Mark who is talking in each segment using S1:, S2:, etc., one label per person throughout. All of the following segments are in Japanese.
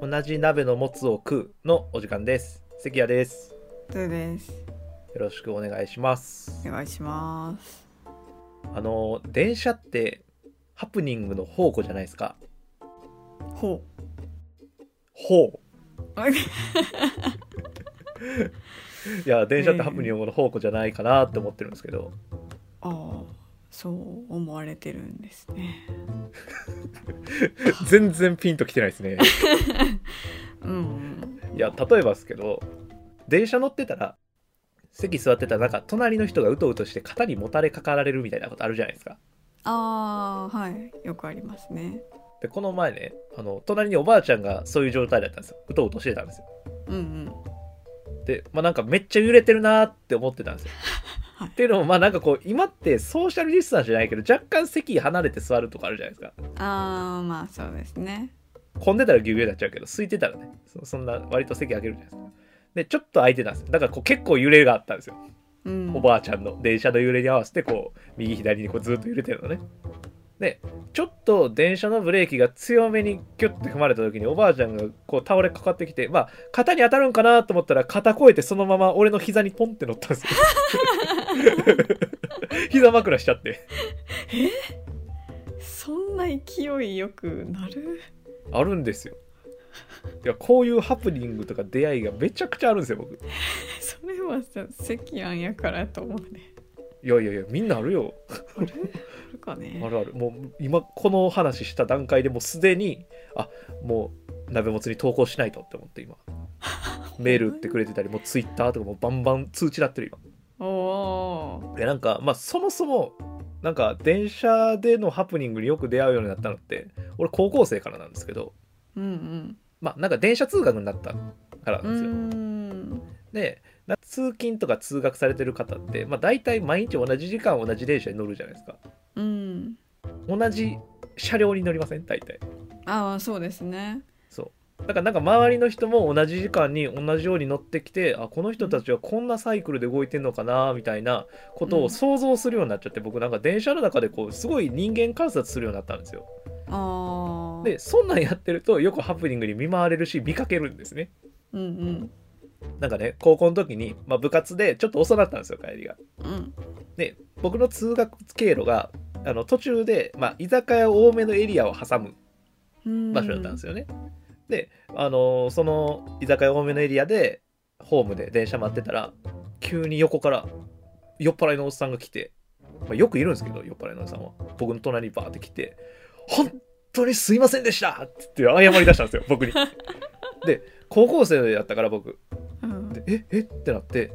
S1: 同じ鍋のもつを食うのお時間です関谷です
S2: というです
S1: よろしくお願いします
S2: お願いします
S1: あの電車ってハプニングの宝庫じゃないですか
S2: ほ
S1: ほ
S2: う
S1: ういや電車ってハプニングの宝庫じゃないかなって思ってるんですけど、
S2: ああそう思われてるんですね
S1: 全然ピンときてないですね
S2: うん
S1: いや例えばですけど電車乗ってたら席座ってたらなんか隣の人がうとうとして肩にもたれかかられるみたいなことあるじゃないですか
S2: ああはいよくありますね
S1: でこの前ねあの隣におばあちゃんがそういう状態だったんですようとうとしてたんですよ
S2: うん
S1: で、まあ、なんかめっちゃ揺れてるなーって思ってたんですよ。
S2: はい
S1: っていうのもまあなんかこう今ってソーシャルディスタンスじゃないけど若干席離れて座るとかあるじゃないですか
S2: うんああまあそうですね
S1: 混んでたらぎゅうぎゅうになっちゃうけど空いてたらねそそんな割と席開けるじゃないですかでちょっと空いてたんですよだからこう結構揺れがあったんですよ
S2: うん
S1: おばあちゃんの電車の揺れに合わせてこう右左にこうずっと揺れてるのねでちょっと電車のブレーキが強めにキュッて踏まれた時におばあちゃんがこう倒れかかってきてまあ肩に当たるんかなと思ったら肩越えてそのまま俺の膝にポンって乗ったんですよ 膝枕しちゃって
S2: そんな勢いよくなる
S1: あるんですよいやこういうハプニングとか出会いがめちゃくちゃあるんですよ僕い
S2: それはさ赤庵やからと思うね
S1: やいやいやみんなあるよ
S2: あるあるか
S1: あ
S2: ね
S1: るあるもう今この話した段階でもうすでにあもう鍋もつに投稿しないとって思って今メール打ってくれてたりもうツイッターとかもうバンバン通知なってる
S2: おお
S1: 今でなんかまあそもそもなんか電車でのハプニングによく出会うようになったのって俺高校生からなんですけど
S2: ーうん
S1: まあなんか電車通学になったから
S2: う
S1: なんですよ、
S2: んうん
S1: でな通勤とか通学されてる方って、まあ、大体毎日同じ時間同じ電車に乗るじゃないですか
S2: うん
S1: 同じ車両に乗りません大体
S2: ああそうですね
S1: そうだからなんか周りの人も同じ時間に同じように乗ってきてあこの人たちはこんなサイクルで動いてんのかなみたいなこと
S2: う
S1: を
S2: ん
S1: 想像するようになっちゃって、僕なんか電車の中でこうすごい人間観察するようになったんですよ
S2: ああ
S1: でそんなんやってるとよくハプニングに見舞われるし見かけるんですね
S2: うん
S1: なんかね高校の時に、まあ、部活でちょっと遅かったんですよ帰りが
S2: うんうん
S1: で僕の通学経路があの途中で、まあ、居酒屋多めのエリアを挟む場所だったんです
S2: よ。
S1: よね。で、あのーその居酒屋多めのエリアでホームで電車待ってたら急に横から酔っ払いのおっさんが来て、まあ、よくいるんですけど酔っ払いのおっさんは僕の隣にバーって来て「本当にすいませんでした!」って言って謝り出したんですよ僕に。で高校生だったから僕
S2: うん
S1: でええってなって。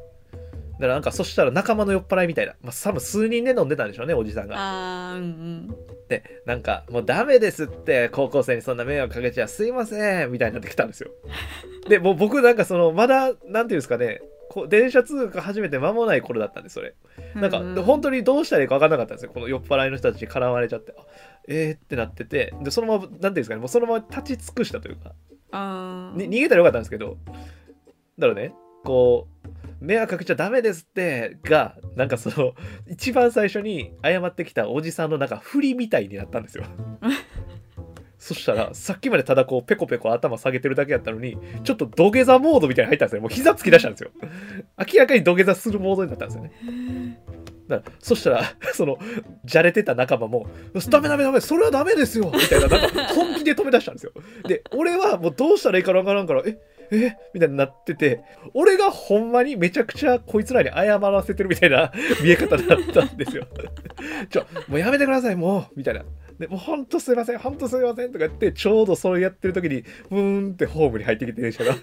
S1: だからなんかそしたら仲間の酔っ払いみたいな、まあ、多分数人で飲んでたんでしょうねおじさんが
S2: あーうん
S1: でなんかもうダメですって高校生にそんな迷惑かけちゃすいませんみたいになってきたんですよでもう僕なんかそのまだなんていうんですかねこう電車通学始めて間もない頃だったんでそれ
S2: うん。
S1: なんか、
S2: う
S1: 本当にどうしたらいいか分かんなかったんですよこの酔っ払いの人たちに絡まれちゃってあえーってなっててでそのままなんていうんですかねもうそのまま立ち尽くしたというか
S2: あー
S1: に逃げたらよかったんですけどだからねこう迷惑かけちゃダメですってがなんかその一番最初に謝ってきたおじさんのなんか振りみたいになったんですよそしたらさっきまでただこうペコペコ頭下げてるだけやったのにちょっと土下座モードみたいに入ったんですよもう膝つき出したんですよ明らかに土下座するモードになったんですよねだからそしたら そのじゃれてた仲間も「ダメダメダメそれはダメですよ」みたいななんか本気で止め出したんですよで俺はもうどうしたらいいかわからんから「ええみたいになってて俺がほんまにめちゃくちゃこいつらに謝らせてるみたいな見え方だったんですよちょもうやめてくださいもうみたいなでもうほんとすいませんほんとすいませんとか言ってちょうどそれやってる時にブーンってホームに入ってきて電車が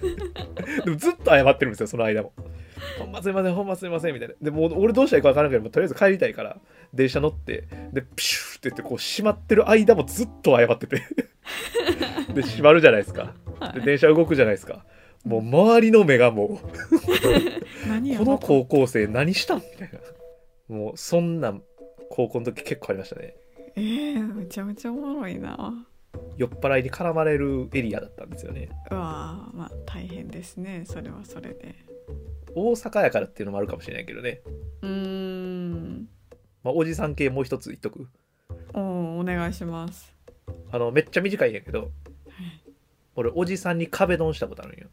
S1: でもずっと謝ってるんですよその間もほんますいませんほんますいませんみたいなでもう俺どうしたらいいか分からんけどもうとりあえず帰りたいから電車乗ってでピシューって言ってこう閉まってる間もずっと謝っててで閉まるじゃないですかで電車動くじゃないですかもう周りの目がもう
S2: 何や
S1: この高校生何したんみたいなもうそんな高校の時結構ありましたね
S2: えー、めちゃめちゃおもろいな。
S1: 酔っ払いに絡まれるエリアだったんですよね
S2: うわーまあ大変ですねそれはそれで。
S1: 大阪やからっていうのもあるかもしれないけどね、
S2: うーん
S1: まあ、おじさん系もう一つ言っとく
S2: おーお願いします。
S1: あのめっちゃ短いんやけど俺おじさんに壁ドンしたことあるんよ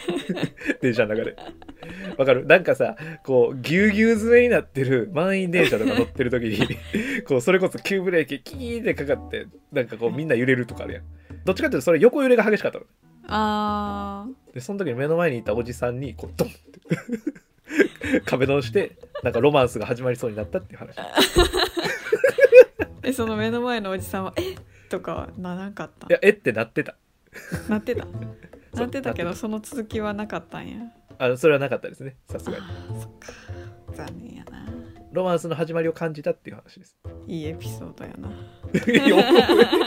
S1: 電車の中でわかるなんかさこうぎゅうぎゅう詰めになってる満員電車とか乗ってる時に こうそれこそ急ブレーキキーンってかかってなんかこうみんな揺れるとかあるやんどっちかっていうとそれ横揺れが激しかったの
S2: あ
S1: でその時に目の前にいたおじさんにこうドンって壁ドンして なんかロマンスが始まりそうになったっていう話
S2: ーえその目の前のおじさんは「えとかはならんかった
S1: いやえってなってた
S2: なって た
S1: そう
S2: なってたけ
S1: なって
S2: ど
S1: た
S2: その続きはなかったんや
S1: あのそれはなかったですねさす
S2: あ
S1: がに
S2: ーそっか残念やな
S1: ロマンスの始まりを感じたっていう話です
S2: いいエピソードやな
S1: いや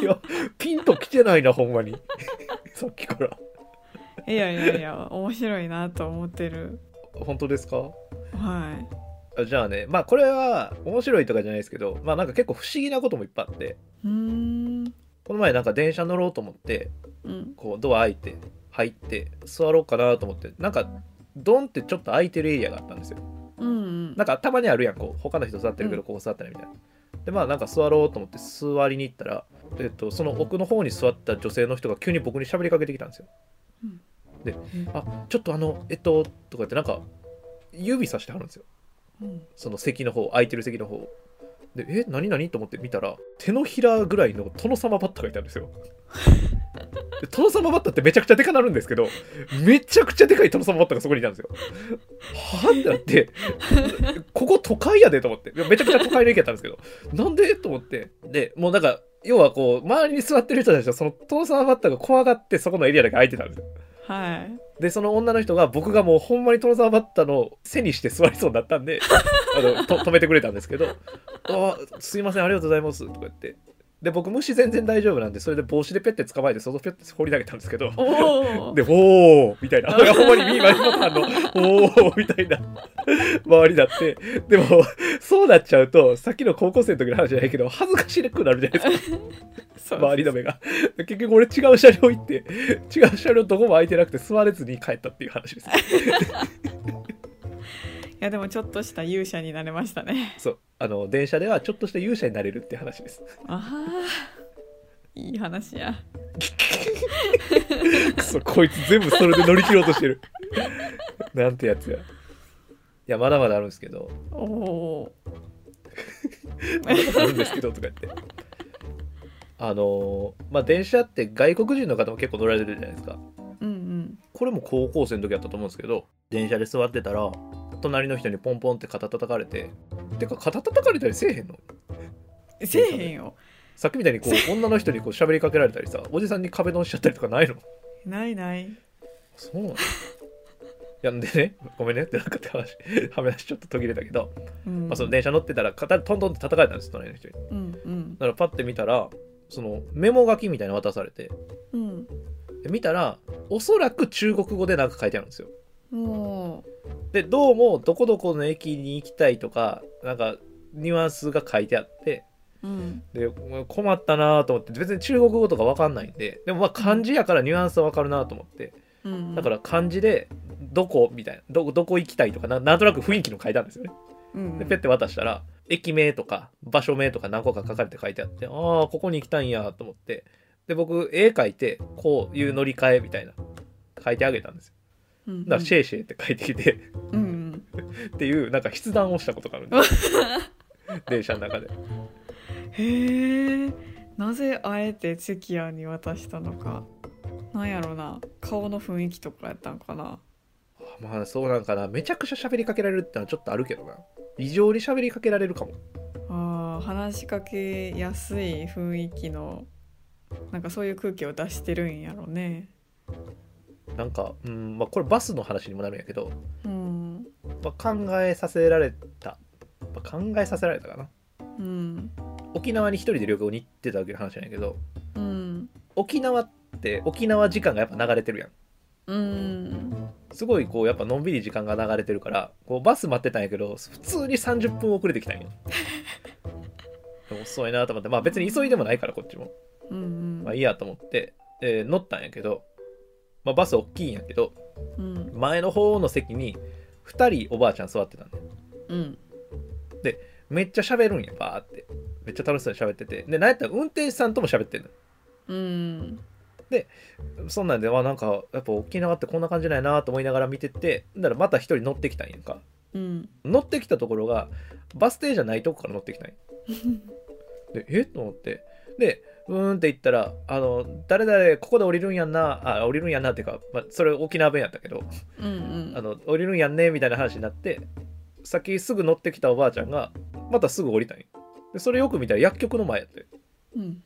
S1: いやピンときてないなほんまに さっきから
S2: いやいやいや面白いなと思ってる
S1: 本当ですか
S2: はい
S1: あじゃあねまあこれは面白いとかじゃないですけどまあなんか結構不思議なこともいっぱいあって
S2: うーん
S1: この前なんか電車乗ろうと思って
S2: うん
S1: こうドア開いて入って座ろうかなと思ってなんかドンってちょっと空いてるエリアがあったんですよ
S2: うんうん
S1: なんかたまにあるやんこう他の人座ってるけど
S2: うん
S1: ここ座ってないみたいな、でまあなんか座ろうと思って座りに行ったら、えっと、その奥の方に座った女性の人が急に僕に喋りかけてきたんですよ
S2: うん
S1: で「あちょっとあのえっと」とか言ってなんか指さしてはるんですよ
S2: うん
S1: その席の方空いてる席の方をで「え何何?」と思って見たら手のひらぐらいの殿様バッタがいたんですよで殿様バッタってめちゃくちゃでかなるんですけどめちゃくちゃでかい殿様バッタがそこにいたんですよはあってなってここ都会やでと思っていやめちゃくちゃ都会の駅やったんですけどなんでと思ってでもうなんか要はこう周りに座ってる人たちはその殿様バッタが怖がってそこのエリアだけ空いてたんですよ
S2: はい
S1: でその女の人が僕がもうほんまにトロザーバッタの背にして座りそうになったんであのと止めてくれたんですけど「あーすいませんありがとうございます」とか言ってで僕虫全然大丈夫なんでそれで帽子でペッて捕まえてそのペッて放り投げたんですけど
S2: おお
S1: で「おー」みたいないやほんまにミーマリモさんの「おー」みたいな周りだってでもそうなっちゃうとさっきの高校生の時の話じゃないけど恥ずかしくなるじゃないですか周りの目が結局俺違う車両行って違う車両どこも空いてなくて座れずに帰ったっていう話です
S2: いやでもちょっとした勇者になれましたね
S1: そうあの電車ではちょっとした勇者になれるっていう話です
S2: あーいい話や
S1: くそこいつ全部それで乗り切ろうとしてるなんてやつやいやまだまだあるんですけど
S2: お お
S1: まだまだあるんですけどとか言ってあのーまあ電車って外国人の方も結構乗られてるじゃないですか
S2: うん
S1: これも高校生の時だったと思うんですけど電車で座ってたら隣の人にポンポンって肩叩かれててか肩叩かれたりせえへんの
S2: うんせえへんよ
S1: さっきみたいにこ う女の人にこう喋りかけられたりさおじさんに壁ドンしちゃったりとかないの
S2: ないない
S1: そうなのいやんでねごめんねってなんかって話はめ出しちょっと途切れたけど、
S2: うん
S1: まあ、その電車乗ってたら肩トントンって叩かれたんです隣の人にだ
S2: うんうん
S1: からパッて見たらそのメモ書きみたいなの渡されて
S2: うん
S1: で見たらおそらく中国語でなんか書いてあるんですよ
S2: も
S1: でどうもどこどこの駅に行きたいとかなんかニュアンスが書いてあって
S2: ううん
S1: で困ったなと思って別に中国語とか分かんないんででもまあ漢字やからニュアンスは分かるなと思って
S2: うん
S1: だから漢字で「どこ」みたいな「どどこ行きたい」とかななんとなく雰囲気の書いたんですよね。
S2: うん
S1: でペッて渡したら駅名とか場所名とか何個か書かれて書いてあってああここに行きたいんやと思ってで僕絵描いてこういう乗り換えみたいな書いてあげたんですよ。
S2: うん
S1: だから「シェイシェイ」って書いてきて
S2: うんうん
S1: っていうなんか筆談をしたことがあるんです よ電車の中で。
S2: へえなぜあえてセキアに渡したのかなんやろな顔の雰囲気とかやったんかな
S1: まあそうなんかなめちゃくちゃ喋りかけられるってのはちょっとあるけどな異常に喋りかけられるかも
S2: あー話しかけやすい雰囲気のなんかそういう空気を出してるんやろね
S1: なんかうんまあこれバスの話にもなるんやけど
S2: うん
S1: まあ、考えさせられた、まあ、考えさせられたかな
S2: うん
S1: 沖縄に一人で旅行に行ってたわけの話じゃないけど
S2: うん
S1: 沖縄って沖縄時間がやっぱ流れてるやん
S2: うん
S1: すごいこうやっぱのんびり時間が流れてるからこうバス待ってたんやけど普通に30分遅れてきたんよ でも遅いなと思ってまあ別に急いでもないからこっちも
S2: うん
S1: まあいいやと思って、えー乗ったんやけど、まあ、バス大きいんやけど
S2: うん
S1: 前の方の席に2人おばあちゃん座ってたんだよ
S2: うん
S1: めっちゃ喋るんやバーってめっちゃ楽しそうに喋っててでなんやったら運転手さんとも喋ってんの
S2: うん
S1: そんなんで、まあなんか、やっぱ沖縄ってこんな感じないなと思いながら見てて、だからまた一人乗ってきたんやんか。
S2: うん
S1: 乗ってきたところが、バス停じゃないとこから乗って きたんやで、えと思って。で、うーんって言ったら、あの、誰々、ここで降りるんやんな、あ、降りるんやんなっていうか、まあ、それ沖縄弁やったけど、
S2: うんうん
S1: あの、降りるんやんね、みたいな話になって、先すぐ乗ってきたおばあちゃんが、またすぐ降りたんや。で、それよく見たら薬局の前やって。
S2: うん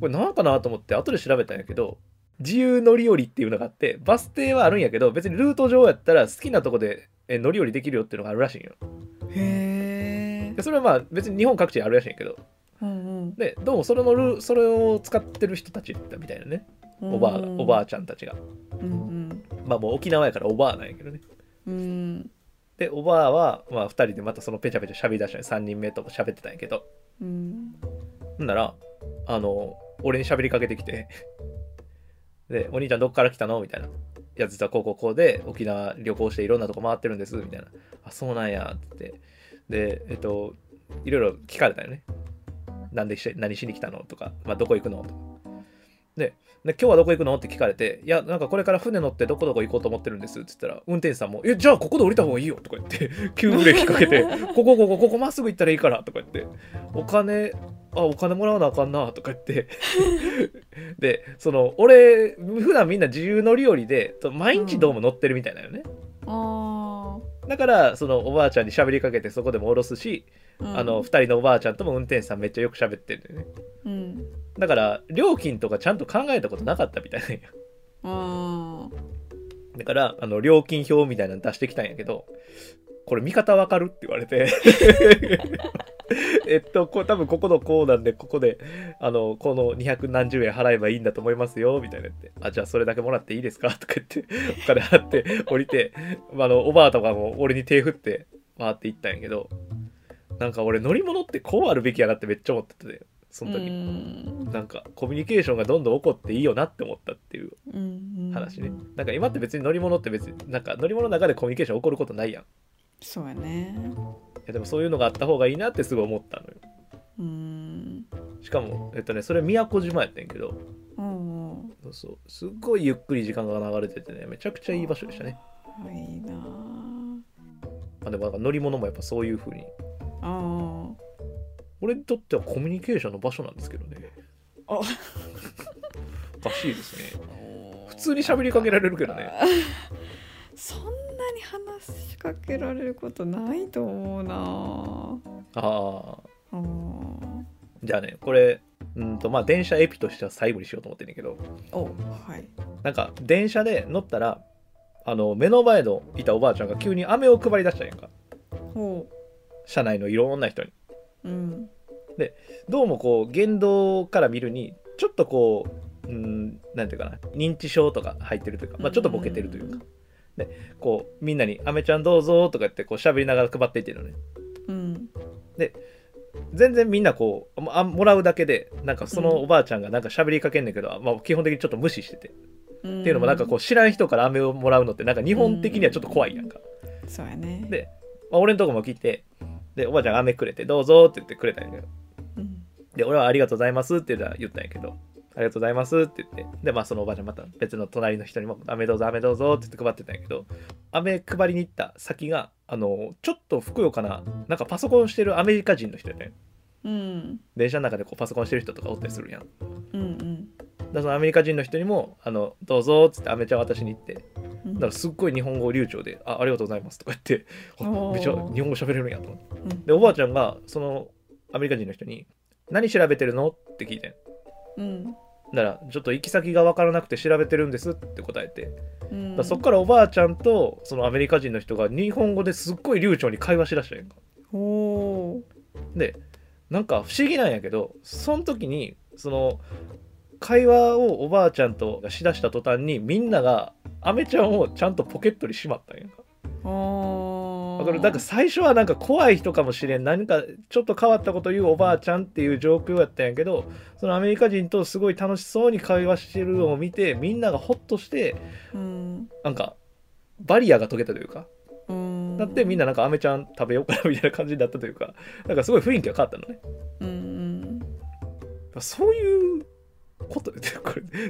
S1: これなんかなと思って後で調べたんやけど自由乗り降りっていうのがあってバス停はあるんやけど別にルート上やったら好きなとこでえ乗り降りできるよっていうのがあるらしいんよ
S2: へえ
S1: でそれはまあ別に日本各地にあるらしいんやけど
S2: うん
S1: でどうもそれのルそれを使ってる人たちだみたいなね
S2: うん
S1: おばあがおばあちゃんたちが
S2: うん
S1: まあもう沖縄やからおばあなんやけどね
S2: うんうん
S1: でおばあはまあ2人でまたそのペチャペチャ喋りだしたんや3人目とも喋ってたんやけど
S2: うん
S1: ほんなら、あの、俺に喋りかけてきて、で、お兄ちゃんどっから来たのみたいな。いや、実はこうこうこうで沖縄旅行していろんなとこ回ってるんです、みたいな。あ、そうなんや、って言って。で、えっと、いろいろ聞かれたよね。なんでし何しに来たのとか、まあ、どこ行くのとか。でで、今日はどこ行くのって聞かれて、いや、なんかこれから船乗ってどこどこ行こうと思ってるんですって言ったら、運転手さんも、え、じゃあここで降りた方がいいよとか言って、 急ブレーキかけて、ここ、ここ、ここまっすぐ行ったらいいからとか言って、お金、あ、お金もらわなあかんなとか言って、で、その、俺、普段みんな自由乗り降りで、と毎日どうも乗ってるみたいなよね。
S2: あ
S1: だから、そのおばあちゃんに喋りかけてそこでも降ろすし、
S2: あ、うん、
S1: あの、二人のおばあちゃんとも運転手さんめっちゃよく喋ってるんだよね。
S2: うん
S1: だから、料金とかちゃんと考えたことなかったみたいなんよ
S2: あ
S1: だから、あの、料金表みたいなの出してきたんやけど、これ見方わかるって言われ て。えっと、これ多分ここのこうなんで、ここで、あの、この200何十円払えばいいんだと思いますよ、みたいな言って、あ、じゃあそれだけもらっていいですかとか言って、お金払って降りて、まああの、おばあとかも俺に手振って回って行ったんやけど、なんか俺乗り物ってこうあるべきやなってめっちゃ思ってて、そ
S2: あ
S1: の時。
S2: うん
S1: なんかコミュニケーションがどんどん起こっていいよなって思ったっていう
S2: うんうん
S1: 話ねなんか今って別に乗り物って別になんか乗り物の中でコミュニケーション起こることないやんい
S2: そうやね
S1: やでもそういうのがあった方がいいなってすごい思ったのよ
S2: うん
S1: しかもえっとねそれ宮古島やってんけど
S2: うんうん
S1: そうそうすっごいゆっくり時間が流れててねめちゃくちゃいい場所でしたね
S2: いいな
S1: あでもなんか乗り物もやっぱそういう風に
S2: ああ
S1: 俺にとってはコミュニケーションの場所なんですけどね
S2: あ
S1: おかしいですね普
S2: 普
S1: 通に喋りかけられるけどね
S2: そんなに話しかけられることないと思うな
S1: ああ
S2: あー
S1: じゃあねこれうんとまあ電車エピとしては最後にしようと思ってんだけど
S2: おはい
S1: なんか電車で乗ったらあの目の前のいたおばあちゃんが急に飴を配り出したんやんか
S2: ほ
S1: 車内のいろんな人に
S2: ううん
S1: どうもこう言動から見るにちょっとこううんなんていうかな認知症とか入ってるというか、まあ、ちょっとボケてるというか、こうみんなに「飴ちゃんどうぞ」とか言ってこう喋りながら配っていってるのね
S2: うん
S1: 全然みんなこうあもらうだけでなんかそのおばあちゃんがなんか喋りかけんねんけど、まあ、基本的にちょっと無視してて、
S2: うん
S1: っていうのもなんかこう知らん人から飴をもらうのってなんか日本的にはちょっと怖いやんか、
S2: そうやね
S1: でまあ、俺のとこも来て、で、おばあちゃんが飴くれて、どうぞって言ってくれたんやけど、
S2: うん
S1: で、俺はありがとうございますって言った言ったんやけど、ありがとうございますって言って、で、まあそのおばあちゃんまた別の隣の人にも、飴どうぞ、飴どうぞって言って配ってたんやけど、飴配りに行った先が、あの、ちょっとふくよかな、なんかパソコンしてるアメリカ人の人やね。
S2: うん
S1: 電車の中でこうパソコンしてる人とかおったりするやん。だか
S2: うん
S1: らそのアメリカ人の人にも、あの、どうぞっつって飴ちゃん渡しに行って、
S2: うん
S1: だからすっごい日本語流暢で、あありがとうございますとか言って、あ
S2: お ー
S1: めっちゃ日本語喋れるんやと思って。
S2: うん
S1: でおばあちゃんがそのアメリカ人の人に「何調べてるの?」って聞いてん
S2: うん
S1: だからちょっと行き先が分からなくて調べてるんですって答えてだか
S2: うん
S1: らそっからおばあちゃんとそのアメリカ人の人が日本語ですっごい流暢に会話しだしたやんか
S2: ほ
S1: でなんか不思議なんやけどその時にその会話をおばあちゃんとしだした途端にみんながアメちゃんをちゃんとポケットにしまったんやんか
S2: うあ
S1: だ
S2: あ
S1: からなんか最初はなんか怖い人かもしれん何かちょっと変わったこと言うおばあちゃんっていう状況やったんやけどそのアメリカ人とすごい楽しそうに会話してるのを見てみんながホッとして
S2: うん
S1: なんかバリアが解けたというか
S2: うん
S1: だってみんななんかアメちゃん食べようかなみたいな感じになったというかなんかすごい雰囲気が変わったのね
S2: うん
S1: そういうこと、 これ、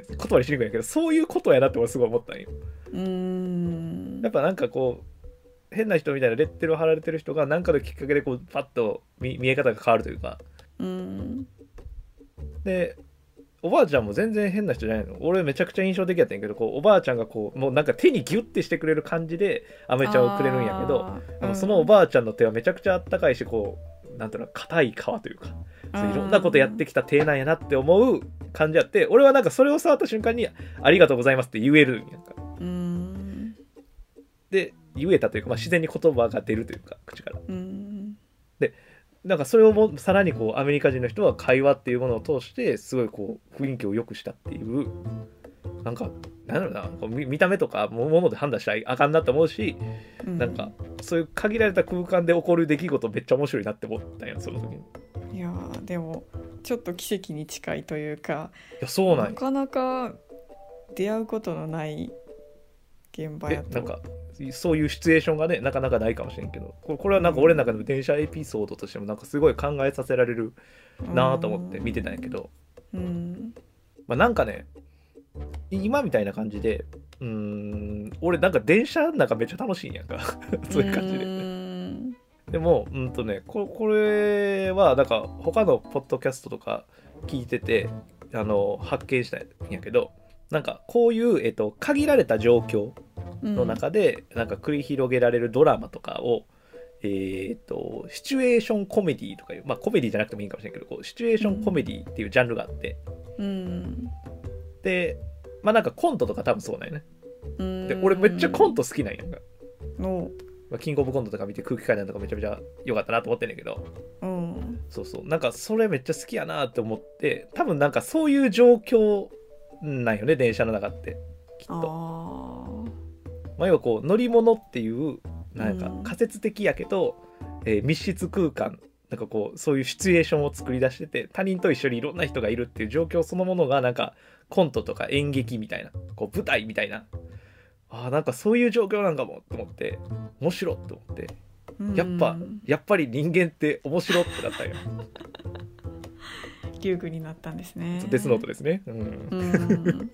S1: 言葉にしにくいんやけど、そういうことやなって俺すごい思ったんよ。
S2: うーん
S1: やっぱなんかこう、変な人みたいなレッテルを貼られてる人が、なんかのきっかけでこう、パッと見見え方が変わるというか。
S2: うん
S1: で、おばあちゃんも全然変な人じゃないの。俺めちゃくちゃ印象的やったんやけど、こう、おばあちゃんがこう、もうなんか手にギュッてしてくれる感じで、飴茶をくれるんやけど、
S2: あー
S1: でも
S2: うん
S1: そのおばあちゃんの手はめちゃくちゃあったかいしこうなんていうの硬い皮というかそういろんなことやってきた手なんやなって思う感じやって俺はなんかそれを触った瞬間に「ありがとうございます」って言えるんやんか
S2: うん
S1: で言えたというか、まあ、自然に言葉が出るというか口から
S2: うん
S1: なんかそれをもさらにこうアメリカ人の人は会話っていうものを通してすごいこう雰囲気を良くしたっていうなんかなんだろうなこう見見た目とかももので判断したらあかんなって思うし
S2: う
S1: なんかそういう限られた空間で起こる出来事めっちゃ面白いなって思ったんやその時にい
S2: いやーでもちょっと奇跡に近いというか
S1: やそうなん
S2: な
S1: や
S2: かなか出会うことのない現場
S1: え
S2: やと
S1: なんかそういうシチュエーションがねなかなかないかもしれんけどこれこれはなんか俺の中でも電車エピソードとしてもなんかすごい考えさせられるなぁと思って見てたんやけど、
S2: うん
S1: まあ、なんかね今みたいな感じでうーん俺なんか電車なんかめっちゃ楽しいんやんか そういう感じで
S2: ん
S1: でもうんとねここれはなんか他のポッドキャストとか聞いててあの発見したんやけどなんかこういう、えっと、限られた状況
S2: うん
S1: の中で、なんか繰り広げられるドラマとかを、えー、とシチュエーションコメディとかいう、まあ、コメディじゃなくてもいいかもしれないけどこうシチュエーションコメディっていうジャンルがあって、
S2: うん
S1: でまあなんかコントとか多分そうなんよね
S2: うん
S1: で俺めっちゃコント好きなんやんか、
S2: の
S1: まあ、キングオブコントとか見て空気階段とかめちゃめちゃ良かったなと思ってんねんけど
S2: うん
S1: そうそうなんかそれめっちゃ好きやなって思って多分なんかそういう状況なんよね電車の中ってきっ
S2: あ
S1: と。
S2: ー
S1: まあ、要はこう乗り物っていうなんか
S2: うん
S1: 仮説的やけど、えー密室空間なんかこうそういうシチュエーションを作り出してて他人と一緒にいろんな人がいるっていう状況そのものがなんかコントとか演劇みたいなこう舞台みたいなあーなんかそういう状況なんかもと思って面白って思って
S2: うん
S1: やっぱ、やっぱり人間って面白ってなった よ
S2: リュウグになったんですね
S1: デスノートですね、うん
S2: う、ん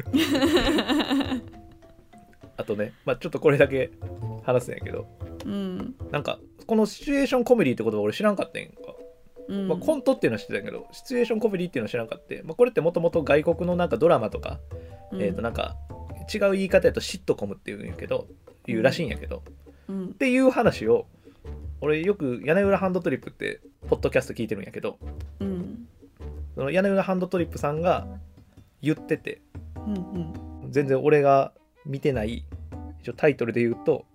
S1: あとね、まあ、ちょっとこれだけ話すんやけど
S2: うん
S1: なんかこのシチュエーションコメディってことは俺知らんかったんやんか
S2: う ん
S1: まあ、コントっていうのは知ってたけどシチュエーションコメディっていうのは知らんかって、まあ、これってもともと外国のなんかドラマとか、
S2: うん
S1: えー、となんか違う言い方やとシットコムっていうんやけどいうらしいんやけど、っ
S2: うん
S1: ていう話を俺よく屋根裏ハンドトリップってポッドキャスト聞いてるんやけど
S2: うん
S1: その屋根裏ハンドトリップさんが言ってて
S2: うんうん
S1: 全然俺が見てない一応タイトルで言うと,、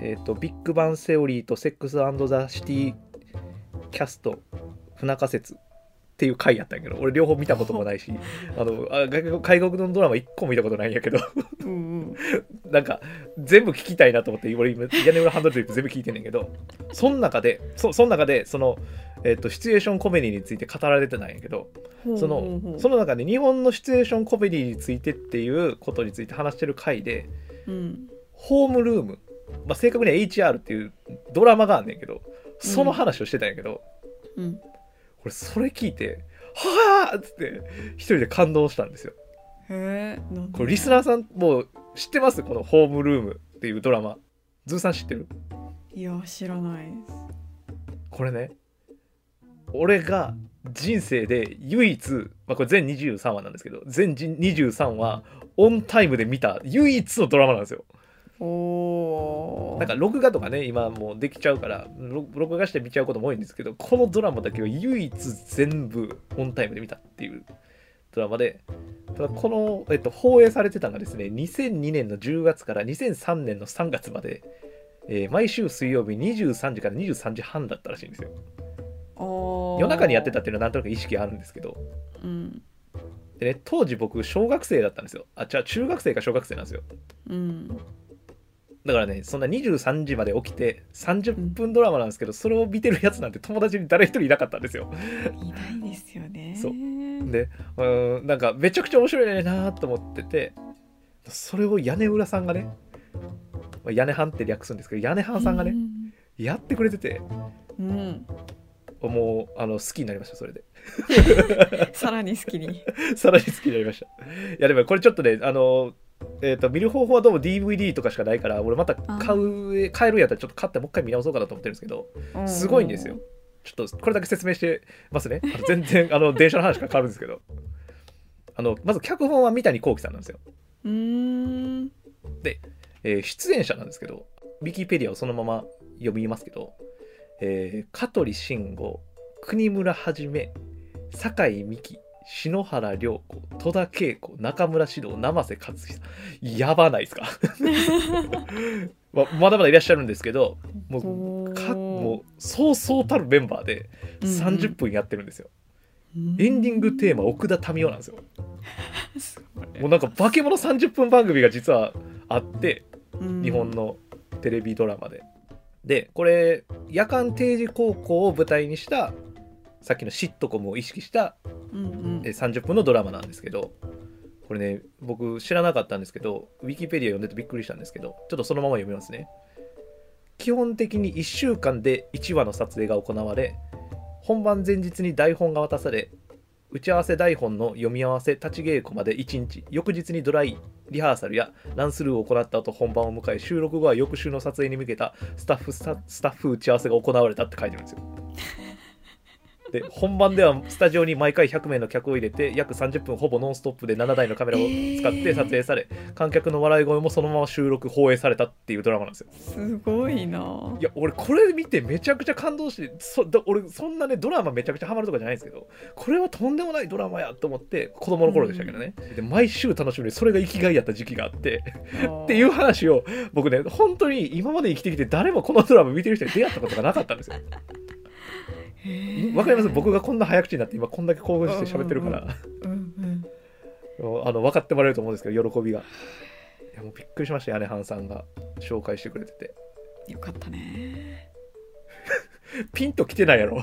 S1: えー、とビッグバンセオリーとセックスザ・シティキャスト不仲説っていう回やったんやけど俺両方見たこともないしあのあ外国外国のドラマ一個も見たことないんやけど
S2: うんうん
S1: なんか全部聞きたいなと思って俺今屋根裏ハンドドリップ全部聞いてんねんけどそん中でそそん中でその、えー、とシチュエーションコメディについて語られてたんやけど
S2: ほう
S1: そ
S2: ほう
S1: の
S2: ほう
S1: その中で日本のシチュエーションコメディについてっていうことについて話してる回で
S2: うん
S1: ホームルーム、まあ、正確には HR っていうドラマがあんねんけどその話をしてたんやけど、
S2: うん
S1: 俺それ聞いて「はあ!」っつって一人で感動したんですよ。
S2: へえなんで
S1: これリスナーさんもう知ってますこのホームルームっていうドラマズーさん知ってる
S2: いや知らないです
S1: これね俺が人生で唯一、まあ、これ全23話なんですけど全23話オンタイムで見た唯一のドラマなんですよ
S2: おお
S1: なんか録画とかね今もうできちゃうからろ録画して見ちゃうことも多いんですけどこのドラマだけは唯一全部オンタイムで見たっていうドラマでただこの、えっと、放映されてたのがですね2002年の10月から2003年の3月まで、えー毎週水曜日23時から23時半だったらしいんですよ夜
S2: 夜
S1: 中にやってたっていうのはなんとなく意識あるんですけど
S2: うん
S1: でね当時僕小学生だったんですよあじゃあ中学生か小学生なんですよ
S2: うん
S1: だからねそんな23時まで起きて30分ドラマなんですけどそれを見てるやつなんて友達に誰一人いなかったんですよ
S2: いないですよね
S1: そう
S2: うん
S1: でうーんなんかめちゃくちゃ面白いなと思っててそれを屋根裏さんがねま あ屋根半って略すんですけど屋根半さんがねやってくれてて
S2: うん
S1: もうあの好きになりましたそれで
S2: さらに好きに
S1: さらに好きになりましたいやでもこれちょっとねあのえー、と見る方法はどうも DVD とかしかないから俺また買う買えるんやったらちょっと買ってもう一回見直そうかなと思ってるんですけどすごいんですよちょっとこれだけ説明してますね。あの全然あの電車の話から変わるんですけど。あのまず脚本は三谷幸喜さんなんですよ。
S2: うーん
S1: えー出演者なんですけど、ウィキペディアをそのまま読みますけど、えー香取慎吾、国村はじめ、酒井美紀、篠原涼子、戸田恵子、中村獅童、生瀬勝久。やばないですか、ままだまだいらっしゃるんですけど、もう、かもうそうそうたるメンバーで30分やってるんですよ。エンディングテーマ奥田民生なんですよもうなんか化け物30分番組が実はあって日本のテレビドラマででこれ夜間定時高校を舞台にしたさっきのシットコムを意識したえー30分のドラマなんですけどこれね僕知らなかったんですけどウィキペディア読んでてびっくりしたんですけどちょっとそのまま読みますね基本的に1週間で1話の撮影が行われ本番前日に台本が渡され打ち合わせ台本の読み合わせ立ち稽古まで1日翌日にドライリハーサルやランスルーを行った後本番を迎え収録後は翌週の撮影に向けたスタッフスタスタッフ打ち合わせが行われたって書いてるんですよで本番ではスタジオに毎回100名の客を入れて約30分ほぼノンストップで7台のカメラを使って撮影され、観客の笑い声もそのまま収録放映されたっていうドラマなんですよ
S2: すごいない
S1: や俺これ見てめちゃくちゃ感動してそだ俺そんなねドラマめちゃくちゃハマるとかじゃないんですけどこれはとんでもないドラマやと思って子供の頃でしたけどね、で毎週楽しみでそれが生きがいやった時期があってっていう話を僕ね本当に今まで生きてきて誰もこのドラマ見てる人に出会ったことがなかったんで すよわかります僕がこんな早口になって今こんだけ興奮して喋ってるから、
S2: うん
S1: あの分かってもらえると思うんですけど喜びがいやもうびっくりしました屋根半さんが紹介してくれてて
S2: うんよかったね
S1: ピンときてないやろ。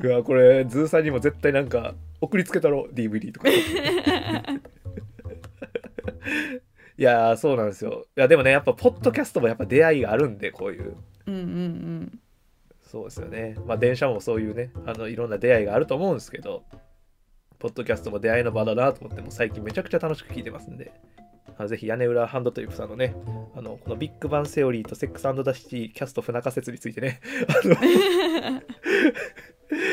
S1: うわこれズーさんにも絶対なんか送りつけたろ DVD とかいやーそうなんですよいやでもねやっぱポッドキャストもやっぱ出会いがあるんでこういう
S2: うんうん
S1: そうですよねまあ電車もそういうねあのいろんな出会いがあると思うんですけどポッドキャストも出会いの場だなと思ってもう最近めちゃくちゃ楽しく聞いてますんであぜひ屋根裏ハンドトリップさんのねあのこのビッグバンセオリーとセックスダシティキャスト不仲説についてねあの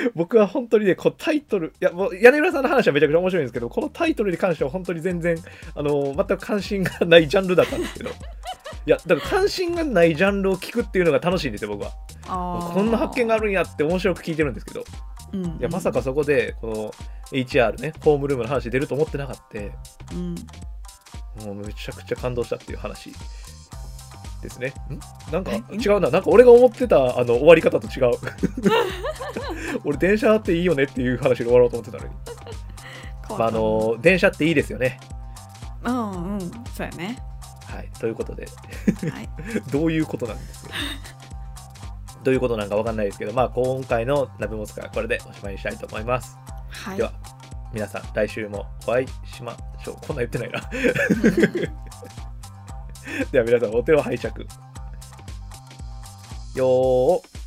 S1: 僕は本当にねこうタイトルいやもう屋根裏さんの話はめちゃくちゃ面白いんですけどこのタイトルに関しては本当に全然あの全く関心がないジャンルだったんですけどいやだから関心がないジャンルを聞くっていうのが楽しいんですよ僕は。
S2: あ
S1: こんな発見があ
S2: る、
S1: るんやって面白く聞いてるんですけど
S2: うんうん
S1: いやまさかそこでこの HR ねホームルームの話出ると思ってなかった
S2: うん
S1: もうめちゃくちゃ感動したっていう話ですねんなんか
S2: え
S1: 違うななんか俺が思ってたあの終わり方と違う 俺電車っていいよねっていう話で終わろうと思ってたのに、
S2: 変
S1: まあ、
S2: わ
S1: あ
S2: った
S1: の電車っていいですよね
S2: うんうんそうやね
S1: はいということで
S2: はい
S1: どういうことなんです よ。どういうことなんかわかんないですけど、まあ、今回の鍋もつかはこれでおしまいにしたいと思います。
S2: はい
S1: では皆さん来週もお会いしましょうこんなん言ってないな では皆さんお手を拝借よー